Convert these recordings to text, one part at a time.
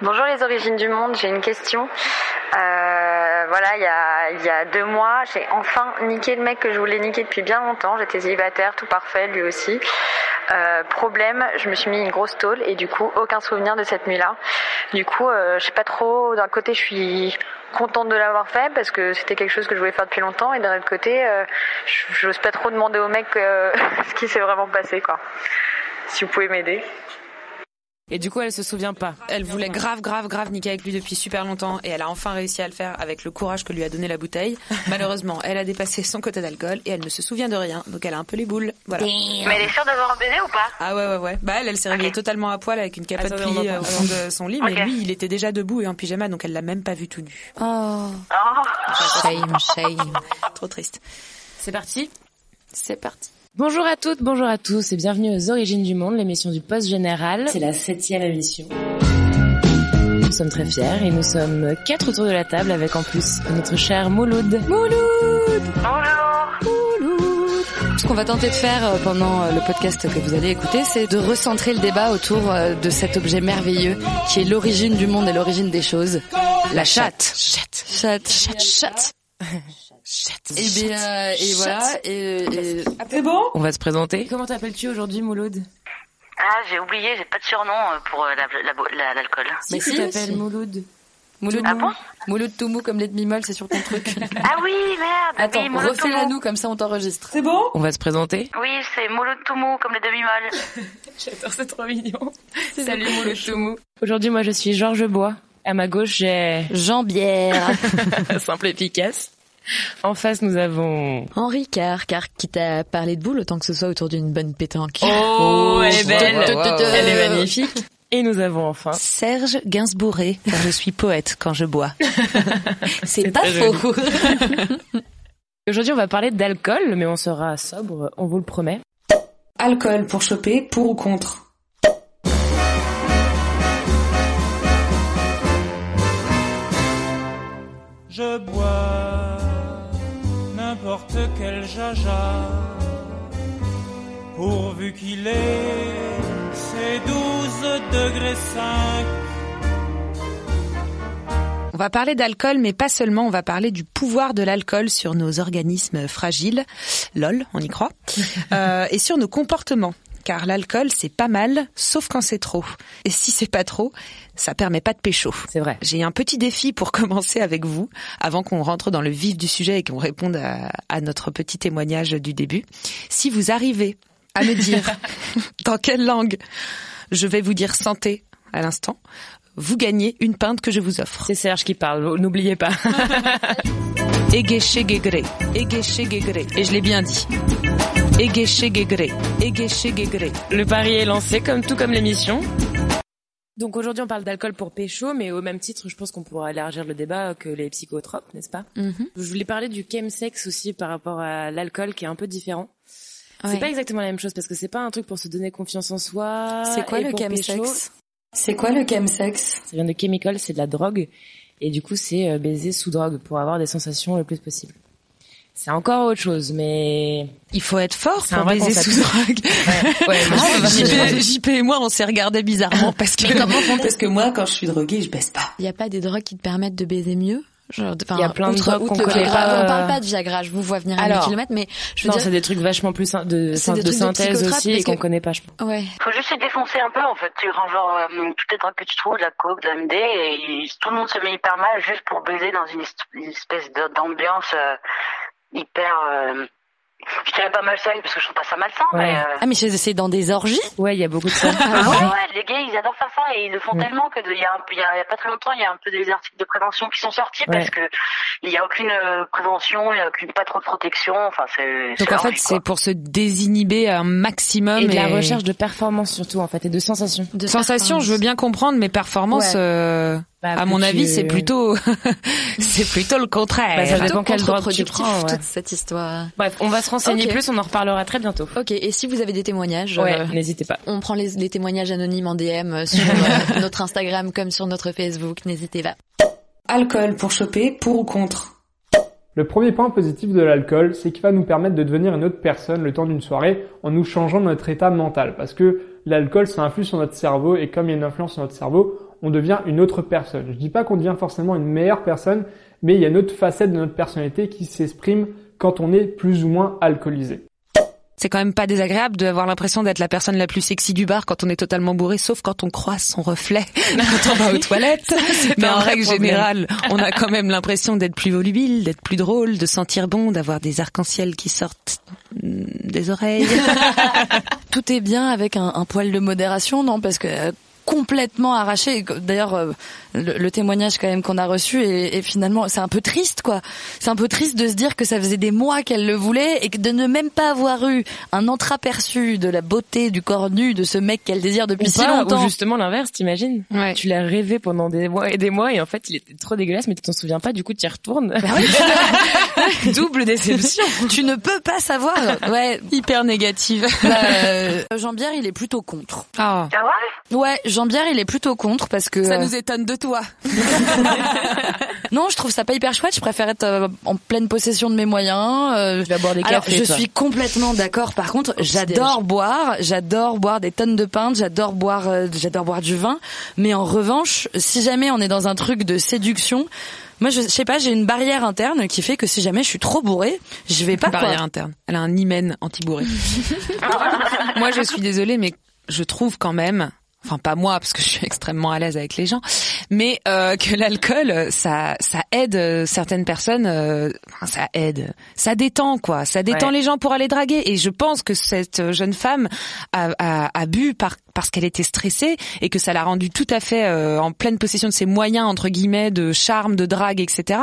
Bonjour les origines du monde, j'ai une question. Euh, voilà, il y, a, il y a deux mois, j'ai enfin niqué le mec que je voulais niquer depuis bien longtemps. J'étais célibataire, tout parfait, lui aussi. Euh, problème, je me suis mis une grosse tôle et du coup, aucun souvenir de cette nuit-là. Du coup, euh, je sais pas trop, d'un côté, je suis contente de l'avoir fait parce que c'était quelque chose que je voulais faire depuis longtemps et d'un autre côté, euh, je- j'ose pas trop demander au mec euh, ce qui s'est vraiment passé, quoi. Si vous pouvez m'aider. Et du coup, elle se souvient pas. Elle voulait grave, grave, grave niquer avec lui depuis super longtemps et elle a enfin réussi à le faire avec le courage que lui a donné la bouteille. Malheureusement, elle a dépassé son quota d'alcool et elle ne se souvient de rien, donc elle a un peu les boules. Voilà. Mais elle est sûre d'avoir baisé ou pas Ah ouais, ouais, ouais. Bah elle, elle s'est réveillée totalement à poil avec une capote Attendez, pliée on en euh, au fond de son lit, mais Ok. lui, il était déjà debout et en pyjama, donc elle l'a même pas vu tout nu. Oh, shame, shame. Trop triste. C'est parti C'est parti. Bonjour à toutes, bonjour à tous et bienvenue aux Origines du Monde, l'émission du Poste Général. C'est la septième émission. Nous sommes très fiers et nous sommes quatre autour de la table avec en plus notre cher Mouloud. Ce qu'on va tenter de faire euh, pendant euh, le podcast que vous allez écouter, c'est de recentrer le débat autour euh, de cet objet merveilleux qui est l'origine du monde et l'origine des choses, la chatte. Chatte. Chatte. Chatte. Chatte. Et bien, euh, et voilà. Et, euh, et- On va se présenter. Comment t'appelles-tu aujourd'hui Mouloud Ah, j'ai oublié, j'ai pas de surnom euh, pour euh, la- la- la- l'alcool. Bah, Mais tu si, t'appelles si. Mouloud. Mouloud, Ah bon Mouloud Toumou comme les demi-molles, c'est sur ton truc. ah oui, merde Attends, oui, Mouloud refais-la Toumou. nous comme ça on t'enregistre. On va se présenter. Oui, c'est Mouloud Toumou, comme les demi-molles. J'adore, c'est trop mignon. Salut Mouloud Toumou. Aujourd'hui, moi, je suis Georges Bois. À ma gauche, j'ai Jean-Bière. simple efficace. En face, nous avons Henri Carr, Carr, qui t'a parlé de boule autant que ce soit autour d'une bonne pétanque. Oh, elle est belle. Elle est magnifique. et nous avons enfin Serge Gainsbourré, car je suis poète quand je bois. C'est pas très faux. Aujourd'hui, on va parler d'alcool, mais on sera sobre, on vous le promet. Alcool pour choper, pour ou contre Je bois n'importe quel jaja, pourvu qu'il ait ses 12 degrés 5. On va parler d'alcool, mais pas seulement. On va parler du pouvoir de l'alcool sur nos organismes fragiles. Lol, on y croit. Euh, et sur nos comportements. Car l'alcool, c'est pas mal, sauf quand c'est trop. Et si c'est pas trop, ça permet pas de pécho. C'est vrai. J'ai un petit défi pour commencer avec vous, avant qu'on rentre dans le vif du sujet et qu'on réponde à, à notre petit témoignage du début. Si vous arrivez à me dire dans quelle langue je vais vous dire santé à l'instant, vous gagnez une pinte que je vous offre. C'est Serge qui parle, n'oubliez pas. Egeshegegre, Egeshegegre. Et je l'ai bien dit. Egeshegegre, Egeshegegre. Le pari est lancé, comme tout comme l'émission. Donc aujourd'hui, on parle d'alcool pour pécho, mais au même titre, je pense qu'on pourra élargir le débat que les psychotropes, n'est-ce pas Mm-hmm. Je voulais parler du chemsex aussi par rapport à l'alcool, qui est un peu différent. C'est Ouais. pas exactement la même chose parce que c'est pas un truc pour se donner confiance en soi. C'est quoi Ah, et le pour pécho. chemsex C'est quoi le chemsex Ça vient de chemical, c'est de la drogue. Et du coup, c'est euh, baiser sous drogue pour avoir des sensations le plus possible. C'est encore autre chose, mais... Il faut être fort C'est un pour vrai baiser concept. Ah, sous drogue. Ouais, ouais, Ah, moi, je- JP, JP et moi, on s'est regardé bizarrement Ah. parce que... Parce que moi, quand je suis droguée, je baisse pas. Il y a pas des drogues qui te permettent de baiser mieux Genre, enfin, Il y a plein de outre- drogues qu'on outre le connaît Viagra. pas, On parle euh, pas de Viagra, je vous vois venir à Alors, 1000 km, mais je veux Non, dire, c'est des trucs vachement plus syn- de, C'est des syn- de trucs de synthèse psychotropes, aussi parce et qu'on que- connaît pas, je pense. ouais. Faut juste se défoncer un peu, en fait. Tu rends genre euh, toutes les drogues que tu trouves, de la coke, de la MD, et tout le monde se met hyper mal juste pour baiser dans une, est- une espèce de- d'ambiance euh, hyper... euh, je dirais pas malsaine, parce que je trouve pas ça malsain, Ouais. mais... euh, Ah, mais c'est dans des orgies Ouais, il y a beaucoup de ça. Ah ouais, ouais, les gays, ils adorent faire ça et ils le font Mm. tellement que de- il y, a un- il y a il y a pas très longtemps, il y a un peu des articles de prévention qui sont sortis Ouais. parce que il y a aucune euh, prévention, il y a aucune pas trop de protection. Enfin, c'est Donc c'est en fait, horrible, c'est pour se désinhiber un maximum Et de la recherche de performance surtout en fait et de sensations. de sensations, je veux bien comprendre, mais performance, Ouais. euh, Bah, à plus mon tu- avis, c'est plutôt, c'est plutôt le contraire. Bah, ça dépend Plutôt quelle drogue tu contre-productif, prends, ouais. toute cette histoire. Bref, on va se renseigner Ok. plus, on en reparlera très bientôt. Ok, et si vous avez des témoignages, Ouais, euh, n'hésitez pas. on prend les, les témoignages anonymes en DM euh, sur euh, notre Instagram comme sur notre Facebook, n'hésitez pas. Alcool pour choper, pour ou contre Le premier point positif de l'alcool, c'est qu'il va nous permettre de devenir une autre personne le temps d'une soirée en nous changeant notre état mental. Parce que l'alcool, ça influe sur notre cerveau et comme il y a une influence sur notre cerveau, on devient une autre personne. Je dis pas qu'on devient forcément une meilleure personne, mais il y a une autre facette de notre personnalité qui s'exprime quand on est plus ou moins alcoolisé. C'est quand même pas désagréable d'avoir l'impression d'être la personne la plus sexy du bar quand on est totalement bourré, sauf quand on croise son reflet quand on va aux toilettes. Mais un en vrai règle problème. générale, on a quand même l'impression d'être plus volubile, d'être plus drôle, de sentir bon, d'avoir des arcs-en-ciel qui sortent mm, des oreilles. Tout est bien avec un, poil de modération, non Parce que euh, complètement arraché. D'ailleurs, euh, le, le témoignage quand même qu'on a reçu est, est finalement, c'est un peu triste quoi. C'est un peu triste de se dire que ça faisait des mois qu'elle le voulait et que de ne même pas avoir eu un entreaperçu de la beauté du corps nu de ce mec qu'elle désire depuis Ou si pas, longtemps. Ou justement l'inverse, t'imagines Tu l'as rêvé pendant des mois et des mois et en fait il était trop dégueulasse mais tu t'en souviens pas, du coup tu y retournes. Double déception. tu ne peux pas savoir. Ouais, hyper négative. Bah, euh, Jean-Pierre, il est plutôt contre. Ah. quoi. Ah ouais Ouais, Jean-Pierre, il est plutôt contre parce que euh, étonne de toi. non, je trouve ça pas hyper chouette. Je préfère être euh, en pleine possession de mes moyens. euh, Tu vas boire des Alors, cafés, je toi. suis complètement d'accord. Par contre, petit j'adore boire, j'adore boire des tonnes de pintes, j'adore boire, euh, j'adore boire du vin. Mais en revanche, si jamais on est dans un truc de séduction, moi, je, je sais pas, j'ai une barrière interne qui fait que si jamais je suis trop bourrée, je vais pas. quoi. Barrière interne. Elle a un hymen anti-bourré. moi, je suis désolée, mais je trouve quand même, enfin pas moi, parce que je suis extrêmement à l'aise avec les gens, mais euh, que l'alcool, euh, ça, ça aide euh, certaines personnes, euh, enfin, ça aide, ça détend quoi, ça détend Ouais. les gens pour aller draguer. Et je pense que cette euh, jeune femme a, a, a bu par, parce qu'elle était stressée et que ça l'a rendue tout à fait euh, en pleine possession de ses moyens entre guillemets de charme, de drague, etc.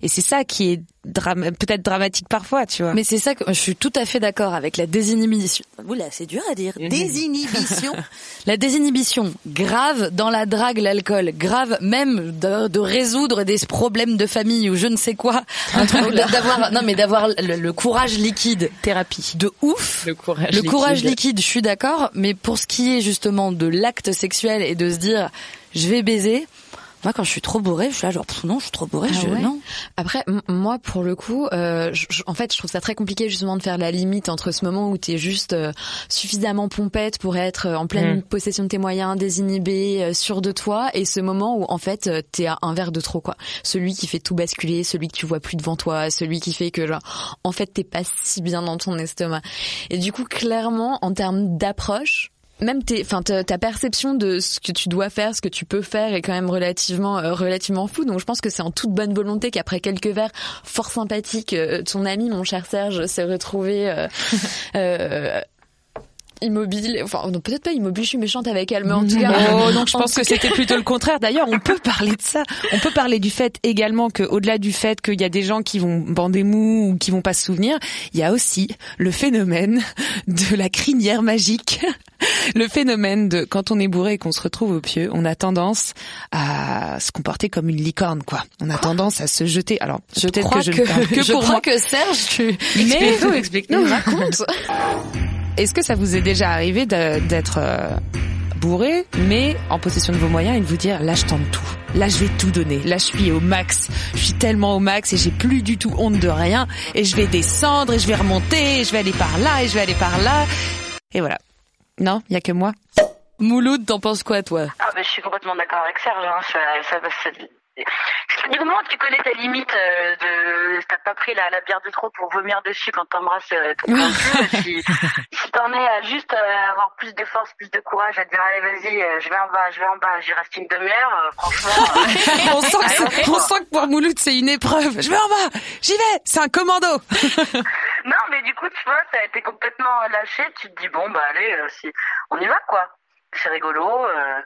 Et c'est ça qui est drama- peut-être dramatique parfois, tu vois. Mais c'est ça que je suis tout à fait d'accord avec la désinhibition. Oula, c'est dur à dire. Désinhibition. la désinhibition grave dans la drague, l'alcool, grave même de, de résoudre des problèmes de famille ou je ne sais quoi. Un truc d'avoir non mais d'avoir le, le courage liquide. Thérapie. De ouf. Le courage. Le courage liquide. liquide, je suis d'accord, mais pour ce qui est justement de l'acte sexuel et de se dire je vais baiser, moi quand je suis trop bourré, je suis là genre pff, non, je suis trop bourré, Ah je ouais. non. Après, m- moi, pour le coup, euh, je- je- en fait, je trouve ça très compliqué justement de faire la limite entre ce moment où t'es juste euh, suffisamment pompette pour être euh, en pleine Mm. possession de tes moyens, désinhibé, euh, sûr de toi, et ce moment où en fait euh, t'es à un verre de trop quoi. Celui qui fait tout basculer, celui que tu vois plus devant toi, celui qui fait que genre, en fait t'es pas si bien dans ton estomac. Et du coup, clairement, en termes d'approche, même tes, enfin ta, ta perception de ce que tu dois faire, ce que tu peux faire est quand même relativement euh, relativement floue. Donc je pense que c'est en toute bonne volonté qu'après quelques verres fort sympathiques, euh, ton ami, mon cher Serge, s'est retrouvé euh, euh, immobile. Enfin non, peut-être pas immobile. Je suis méchante avec elle, mais en tout cas. Oh, donc je en pense tout que c'était plutôt le contraire. D'ailleurs, on peut parler de ça. On peut parler du fait également que, au-delà du fait qu'il y a des gens qui vont bander mou ou qui vont pas se souvenir, il y a aussi le phénomène de la crinière magique. Le phénomène de quand on est bourré et qu'on se retrouve au pieu, on a tendance à se comporter comme une licorne, quoi. On a tendance à se jeter. Alors, Je peut-être crois que je, ne parle que je pour crois moi. que Serge, tu Mais Explique-nous, explique-nous. raconte. est-ce que ça vous est déjà arrivé de- d'être euh, bourré, mais en possession de vos moyens et de vous dire là je tente tout, là je vais tout donner, là je suis au max, je suis tellement au max et j'ai plus du tout honte de rien et je vais descendre et je vais remonter et je vais aller par là et je vais aller par là et voilà. Non, il y a que moi. Mouloud, t'en penses quoi toi Ah ben, je suis complètement d'accord avec Serge. Hein. Ça, ça, ça- c'est- du moment que tu connais ta limite, euh, de, t'as pas pris la, la bière de trop pour vomir dessus quand t'embrasses euh, ton ton cul, Si, si t'en es à juste euh, avoir plus de force, plus de courage, à te dire allez vas-y, euh, je vais en bas, je vais en bas, j'y reste une demi-heure. euh, franchement, euh, on, Ah, sent que c'est- on sent que pour Mouloud c'est une épreuve. Je vais en bas, j'y vais, c'est un commando. non mais du coup tu vois, ça a été complètement lâché. Tu te dis bon bah allez, euh, si on y va quoi. c'est rigolo. euh.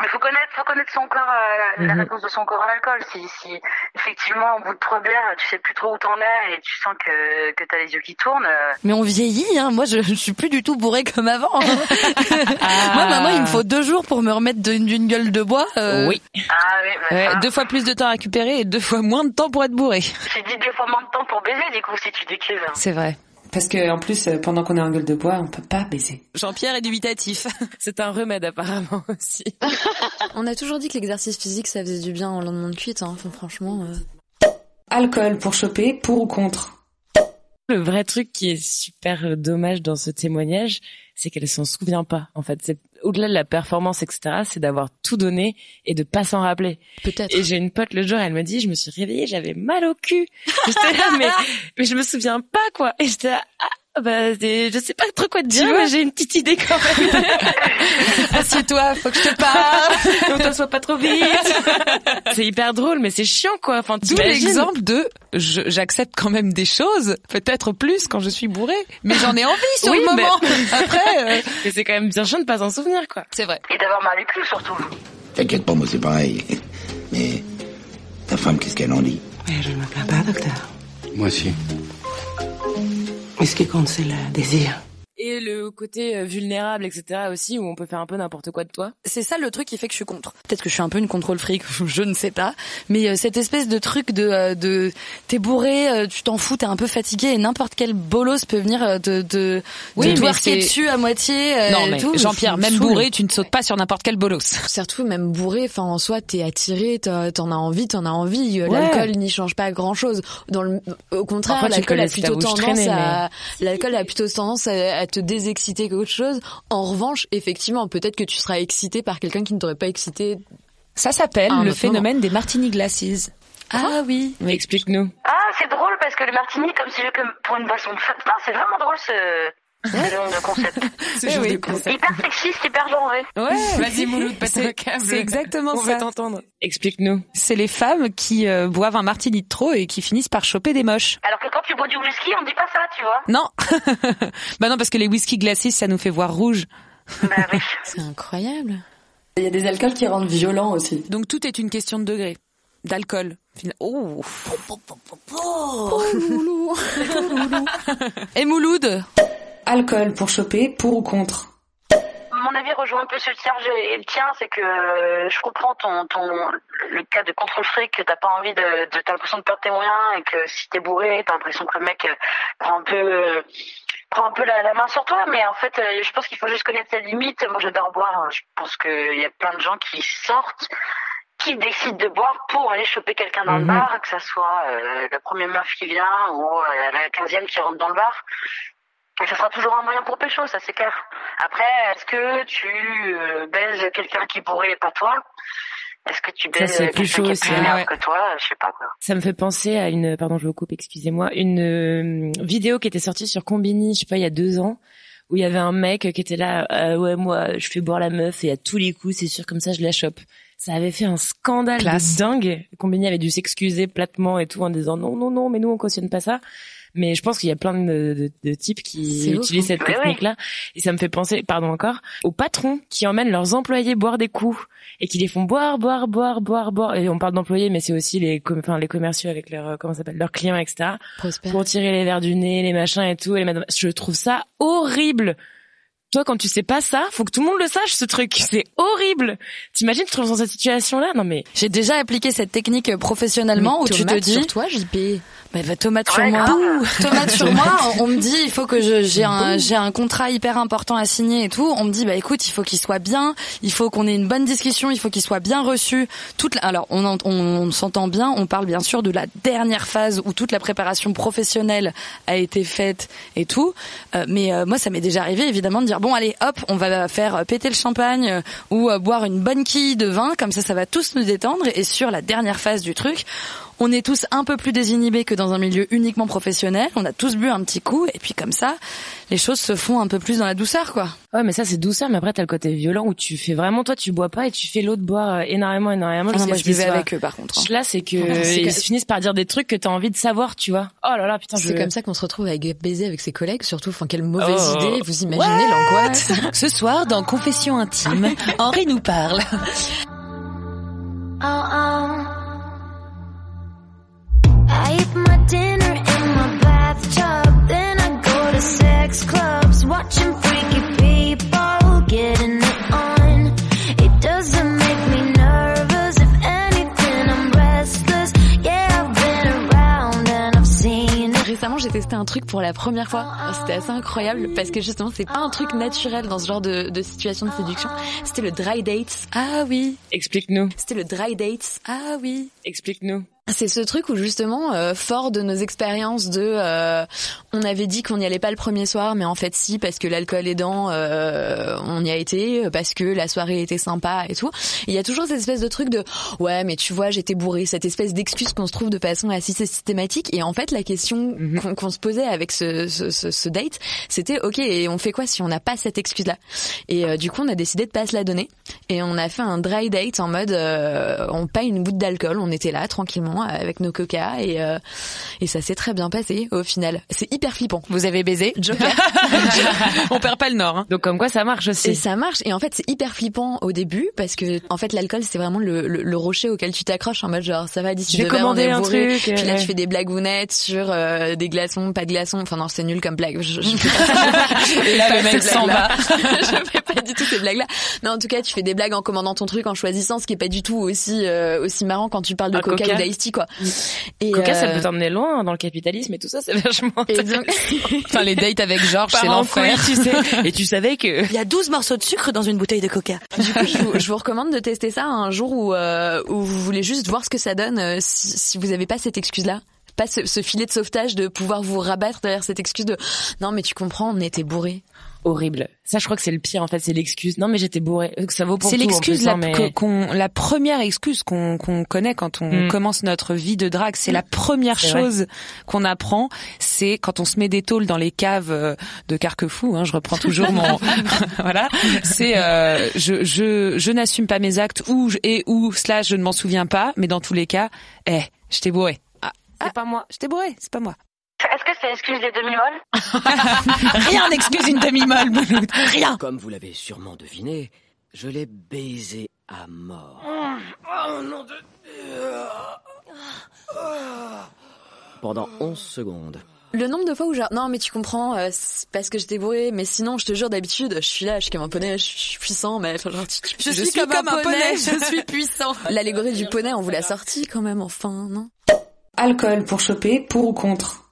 Mais faut connaître, faut connaître son corps, euh, la, la Mhm. réponse de son corps à l'alcool. Si, si effectivement, au bout de trois bières, tu sais plus trop où t'en es et tu sens que, que t'as les yeux qui tournent. euh, Mais on vieillit, hein. Moi, je, je suis plus du tout bourrée comme avant. hein. Ah. Moi, maintenant, il me faut deux jours pour me remettre d'une d'une gueule de bois. euh. Oui. ah Ouais, Ah. euh, deux fois plus de temps à récupérer et deux fois moins de temps pour être bourré. J'ai dit deux fois moins de temps pour baiser, du coup, si tu hein. décuves. C'est vrai. Parce que en plus, euh, pendant qu'on est en gueule de bois, on peut pas baiser. Jean-Pierre est dubitatif. C'est un remède apparemment aussi. On a toujours dit que l'exercice physique, ça faisait du bien au lendemain de cuite. Hein. Enfin, franchement. euh. Alcool pour choper, pour ou contre Le vrai truc qui est super euh, dommage dans ce témoignage, c'est qu'elle s'en souvient pas. En fait, c'est au-delà de la performance, etc. C'est d'avoir tout donné et de pas s'en rappeler. Peut-être. Et j'ai une pote le jour, elle me dit, je me suis réveillée, j'avais mal au cul. J'étais là, mais mais je me souviens pas quoi. Et j'étais là, ah, bah c'est- je sais pas trop quoi te dire, mais j'ai une petite idée quand même. Assieds-toi, faut que je te parle. Donc t'en sois pas trop vite. c'est hyper drôle, mais c'est chiant quoi. Enfin, D'où t'imagines l'exemple de je- j'accepte quand même des choses, peut-être plus quand je suis bourré, mais j'en ai envie sur Oui, le mais- moment. Après, euh, Mais c'est quand même bien chiant de pas s'en souvenir, quoi. C'est vrai. Et d'avoir mal au cul, surtout. T'inquiète pas, moi c'est pareil. Mais ta femme, qu'est-ce qu'elle en dit je ne me plains pas, docteur. Moi aussi. Mais ce qui compte, c'est le désir. Et le côté euh, vulnérable, etc. aussi, où on peut faire un peu n'importe quoi de toi. C'est ça le truc qui fait que je suis contre. Peut-être que je suis un peu une contrôle fric, je ne sais pas. Mais euh, cette espèce de truc de, euh, de t'es bourré, euh, tu t'en fous, t'es un peu fatigué et n'importe quel bolos peut venir euh, te, te, Oui, mais te twerker c'est- dessus à moitié. euh, non et mais tout. Jean-Pierre, Je me même saoule. bourré, tu ne sautes pas sur n'importe quel bolos. Surtout même bourré, enfin en soi t'es attiré, t'as- t'en as envie, t'en as envie. Euh, Ouais. L'alcool n'y change pas grand chose. Dans le, au contraire, Enfin, tu l'alcool le a laisses ta plutôt bouche tendance traîner, à l'alcool a plutôt tendance à, à te désexciter qu'autre chose. En revanche, effectivement, peut-être que tu seras excité par quelqu'un qui ne t'aurait pas excité. Ça s'appelle À un le autre phénomène des martini glaces. Ah oui. Mais explique-nous. Ah, c'est drôle parce que le martini, comme si je comme pour une boisson de fin. Non, c'est vraiment drôle ce, ce genre de concept. Ce genre de concept. Hyper sexiste, hyper genré. Eh Ouais. Vas-y, Mouloud, pète un C'est- câble. C'est exactement On ça. veut t'entendre. Explique-nous. C'est les femmes qui euh, boivent un martini de trop et qui finissent par choper des moches. Alors que quand tu bois du whisky, on dit pas ça, tu vois. Non. bah non, parce que les whisky glacis, ça nous fait voir rouge. C'est incroyable. Il y a des alcools qui rendent violents aussi. Donc tout est une question de degré, d'alcool. Fina- Oh. Et Mouloud Alcool pour choper, pour ou contre Mon avis rejoint un peu celui de Serge et le tien, c'est que euh, je comprends ton, ton le cas de contrôle fric, que t'as pas envie de, de t'as l'impression de perdre tes moyens et que si t'es bourré, t'as l'impression que le mec euh, prend un peu euh, prend un peu la, la main sur toi. Mais en fait, euh, je pense qu'il faut juste connaître sa limite. Moi, j'adore boire. hein. Je pense qu'il y a plein de gens qui sortent qui décident de boire pour aller choper quelqu'un dans Mhm. le bar, que ça soit euh, la première meuf qui vient ou euh, la quinzième qui rentre dans le bar. Et ça sera toujours un moyen pour pécho, ça c'est clair. Après, est-ce que tu euh, baises quelqu'un qui pourrait pas toi Est-ce que tu Ça, baises c'est quelqu'un plus qui chaud est aussi, plus ouais. énervé que toi Je sais pas quoi. Ça me fait penser à une, pardon, je vous coupe, excusez-moi, une euh, vidéo qui était sortie sur Combini, je sais pas, il y a deux ans, où il y avait un mec qui était là, Euh, ouais, moi, je fais boire la meuf et à tous les coups, c'est sûr, comme ça, je la chope. Ça avait fait un scandale de dingue. Combini avait dû s'excuser platement et tout en disant non, non, non, mais nous, on cautionne pas ça. Mais je pense qu'il y a plein de, de- de types C'est qui ouf, utilisent hein. cette Mais ouais. technique-là. Et ça me fait penser, pardon encore, aux patrons qui emmènent leurs employés boire des coups et qui les font boire, boire, boire, boire, boire. Et on parle d'employés, mais c'est aussi les, com- enfin, les commerciaux avec leurs, euh, comment ça s'appelle, leurs clients, etc. Ben Pour tirer les verres du nez, les machins et tout. Et les madame- je trouve ça horrible. Toi, quand tu sais pas ça, faut que tout le monde le sache, ce truc. C'est horrible. T'imagines, tu te trouves dans cette situation-là? Non, mais. J'ai déjà appliqué cette technique professionnellement Mais où tu te tomate dis sur toi JP mais va tomate sur moi tomate sur moi Tomate. on on me dit il faut que je j'ai un j'ai un contrat hyper important à signer et tout on me dit bah écoute il faut qu'il soit bien il faut qu'on ait une bonne discussion il faut qu'il soit bien reçu toute la- alors on, en- on, on s'entend bien on parle bien sûr de la dernière phase où toute la préparation professionnelle a été faite et tout Euh, mais euh, moi ça m'est déjà arrivé évidemment de dire bon allez hop on va faire euh, péter le champagne euh, ou euh, boire une bonne quille de vin comme ça ça va tous nous détendre et sur la dernière phase du truc On est tous un peu plus désinhibés que dans un milieu uniquement professionnel. On a tous bu un petit coup et puis comme ça, les choses se font un peu plus dans la douceur, quoi. Ouais, mais ça c'est douceur, mais après t'as le côté violent où tu fais vraiment toi tu bois pas et tu fais l'autre boire euh, énormément énormément. Ah non, jusqu'à moi, ce je qu'ils buvais soient- avec eux, par contre, hein. Là c'est que Ah, euh, c'est ils que- finissent par dire des trucs que t'as envie de savoir, tu vois. Oh là là putain. C'est je- comme ça qu'on se retrouve avec baiser avec ses collègues, surtout. Enfin, quelle mauvaise Oh. idée. Vous imaginez l'angoisse. Ce soir, dans Confession intime, Henri nous parle. I eat my dinner in my bathtub, then I go to sex clubs, watching freaky people getting it on. It doesn't make me nervous, if anything, I'm restless. Yeah, I've been around and I've seen it. Récemment, j'ai testé un truc pour la première fois. Oh, C'était assez incroyable parce que justement, c'est pas un truc naturel dans ce genre de, de situation de séduction. C'était le dry date. Ah oui. Explique-nous. C'était le dry date. Ah oui. Explique-nous. C'est ce truc où justement, euh, fort de nos expériences de, euh, on avait dit qu'on n'y allait pas le premier soir, mais en fait si, parce que l'alcool aidant, euh, on y a été, parce que la soirée était sympa et tout. Il y a toujours cette espèce de truc de, ouais, mais tu vois, j'étais bourré, cette espèce d'excuse qu'on se trouve de façon assez systématique. Et en fait, la question qu'on qu'on se posait avec ce, ce, ce- ce date, c'était, ok, et on fait quoi si on n'a pas cette excuse-là Et euh, du coup, on a décidé de pas se la donner, et on a fait un dry date en mode, euh, on paye une goutte d'alcool, on était là tranquillement avec nos coca et euh, et ça s'est très bien passé au final. C'est hyper flippant. Vous avez baisé, Joker. On perd pas le nord. hein. Donc comme quoi ça marche aussi. Et ça marche. Et en fait, c'est hyper flippant au début parce que en fait, l'alcool c'est vraiment le, le, le rocher auquel tu t'accroches en mode genre ça va d'ici Je vais deux verres, on commander est un bourré. truc, Puis là, euh, tu fais des blagounettes sur euh, des glaçons, pas de glaçons. Enfin non, c'est nul comme blague. Je, je- Et là, Pas le mec ces s'en blagues-là. va. je fais pas du tout ces blagues-là. Non, en tout cas, tu fais des blagues en commandant ton truc, en choisissant, ce qui est pas du tout aussi euh, aussi marrant quand tu parles de Un coca, coca. ou d'Ice-T, quoi. Et, Coca, ça euh, peut t'emmener loin hein, dans le capitalisme et tout ça, c'est vachement. Et donc- Enfin, les dates avec Georges, c'est Part en l'enfer. couille, tu sais. Et tu savais que. Il y a 12 morceaux de sucre dans une bouteille de coca. Du coup, je vous, je vous recommande de tester ça un jour où, euh, où vous voulez juste voir ce que ça donne euh, si, si vous n'avez pas cette excuse-là. Pas ce, ce filet de sauvetage de pouvoir vous rabattre derrière cette excuse de non mais tu comprends on était bourré. Horrible. Ça, je crois que c'est le pire en fait, c'est l'excuse. Non, mais j'étais bourré. Ça vaut pour C'est tout, en l'excuse plus, la, hein, mais- que- qu'on- la première excuse qu'on qu'on connaît quand on Mm. commence notre vie de drague. C'est la première Hmm. C'est vrai. chose qu'on apprend. C'est quand on se met des tôles dans les caves euh, de Carquefou. Hein, je reprends toujours mon voilà. C'est euh, je je je n'assume pas mes actes ou je- et ou slash je ne m'en souviens pas. Mais dans tous les cas, eh, je t'ai bourré. Ah, c'est pas moi. Je t'ai bourré. C'est pas moi. Est-ce que ça excuse les demi-molles Rien n'excuse une demi-molle. Mouloud. Rien. Comme vous l'avez sûrement deviné, je l'ai baisé à mort. Oh non de... Pendant 11 secondes. Le nombre de fois où genre non mais tu comprends euh, c'est parce que j'étais bourré mais sinon je te jure d'habitude je suis là je suis comme un poney je suis puissant mais enfin, genre, tu- tu- Je suis comme un poney, je suis puissant. L'allégorie du poney on vous l'a sorti quand même enfin non. Alcool pour choper, pour ou contre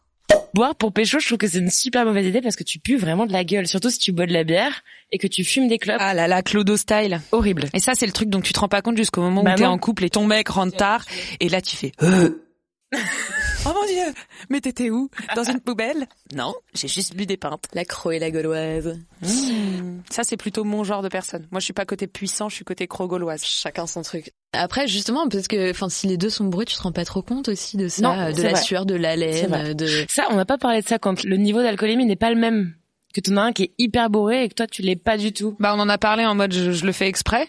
Boire pour pécho, je trouve que c'est une super mauvaise idée parce que tu pues vraiment de la gueule, surtout si tu bois de la bière et que tu fumes des clopes. Ah là là, Clodo style. Horrible. Et ça, c'est le truc dont tu te rends pas compte jusqu'au moment Bah où t'es non. en couple et ton mec rentre tard et là tu fais. euh. oh mon dieu, mais t'étais où Dans une poubelle Non, j'ai juste bu des pintes. La croix et la gauloise. Ça, c'est plutôt mon genre de personne. Moi, je suis pas côté puissant, je suis côté cro-gauloise. Chacun son truc. Après, justement, parce que, enfin, si les deux sont bourrés, tu te rends pas trop compte aussi de ça, Non, euh, de c'est la vrai. sueur, de C'est l'haleine, vrai. euh, de. Ça, on n'a pas parlé de ça quand le niveau d'alcoolémie n'est pas le même. Que t'en as un qui est hyper bourré et que toi tu l'es pas du tout. Bah, on en a parlé en mode je, je le fais exprès.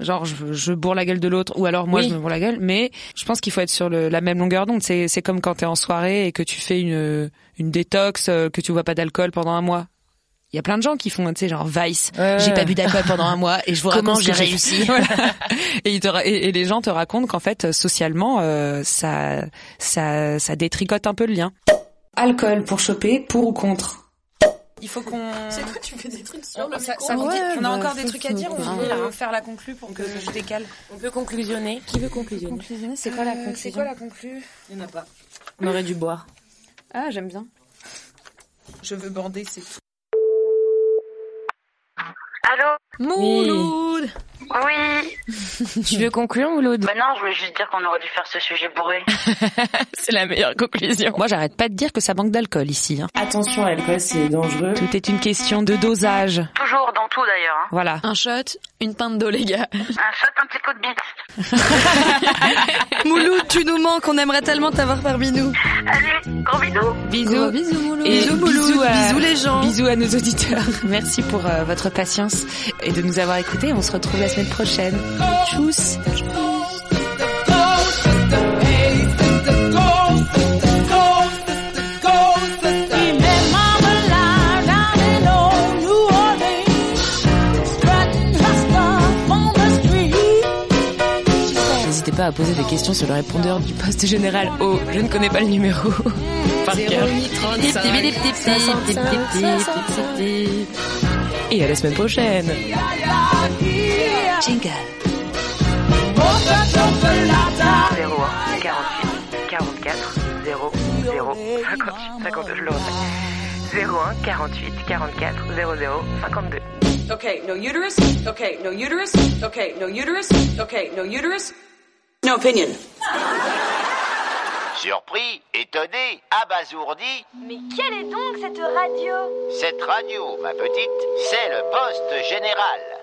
Genre, je, je bourre la gueule de l'autre ou alors moi Oui. je me bourre la gueule. Mais je pense qu'il faut être sur le- la même longueur d'onde. C'est c'est comme quand t'es en soirée et que tu fais une, une détox, euh, que tu bois pas d'alcool pendant un mois. Il y a plein de gens qui font, tu sais, genre Vice. Ouais. Euh. J'ai pas bu d'alcool Bah, pendant un mois et je vous Comment raconte ce j'ai que fait. réussi. Voilà. et, ils te ra- et- et les gens te racontent qu'en fait, euh, socialement, euh, ça, ça, ça détricote un peu le lien. Alcool pour choper, pour ou contre Il faut qu'on. C'est toi, tu fais des trucs sur le ça, micro. vous dit Ouais, qu'on bah, a encore des faut- trucs à dire. On faut- veut la- faire la conclue pour que je décale. On peut conclusionner. Qui veut conclusionner Euh, C'est quoi la conclusion C'est quoi la conclue Il n'y en a pas. On aurait dû boire. Ah, j'aime bien. Je veux bander, c'est tout. Allô Mouloud Oui tu veux conclure ou l'autre Bah non, je voulais juste dire qu'on aurait dû faire ce sujet bourré. C'est la meilleure conclusion. Moi, j'arrête pas de dire que ça manque d'alcool ici. hein. Attention à l'alcool, c'est dangereux. Tout est une question de dosage. Toujours dans tout d'ailleurs. hein. Voilà. Un shot, une pinte d'eau, les gars. Un shot, un petit coup de bite. Mouloud, tu nous manques, on aimerait tellement t'avoir parmi nous. Allez, gros bisous. Bisous. Gros bisous, Mouloud. Et Bisous, Mouloud. Bisous, les gens. Bisous à nos auditeurs. Merci pour euh, votre patience et de nous avoir écoutés. On se retrouve la semaine prochaine. Tchuss. We met Mama Live down in old New Orleans, strutting her stuff on the street. N'hésitez pas à poser des questions sur le répondeur du poste général au je ne connais pas le numéro par cœur. Et à la semaine prochaine. Jingle. 0, 48, 44, 0, 0, 58, 52, je le refais. 01 48 44 00 52. Okay, no uterus. Okay, no uterus. Okay, no uterus. Okay, no uterus. No opinion. Surpris, étonné, abasourdi, Mais quelle est donc cette radio cette radio, ma petite, c'est le poste général.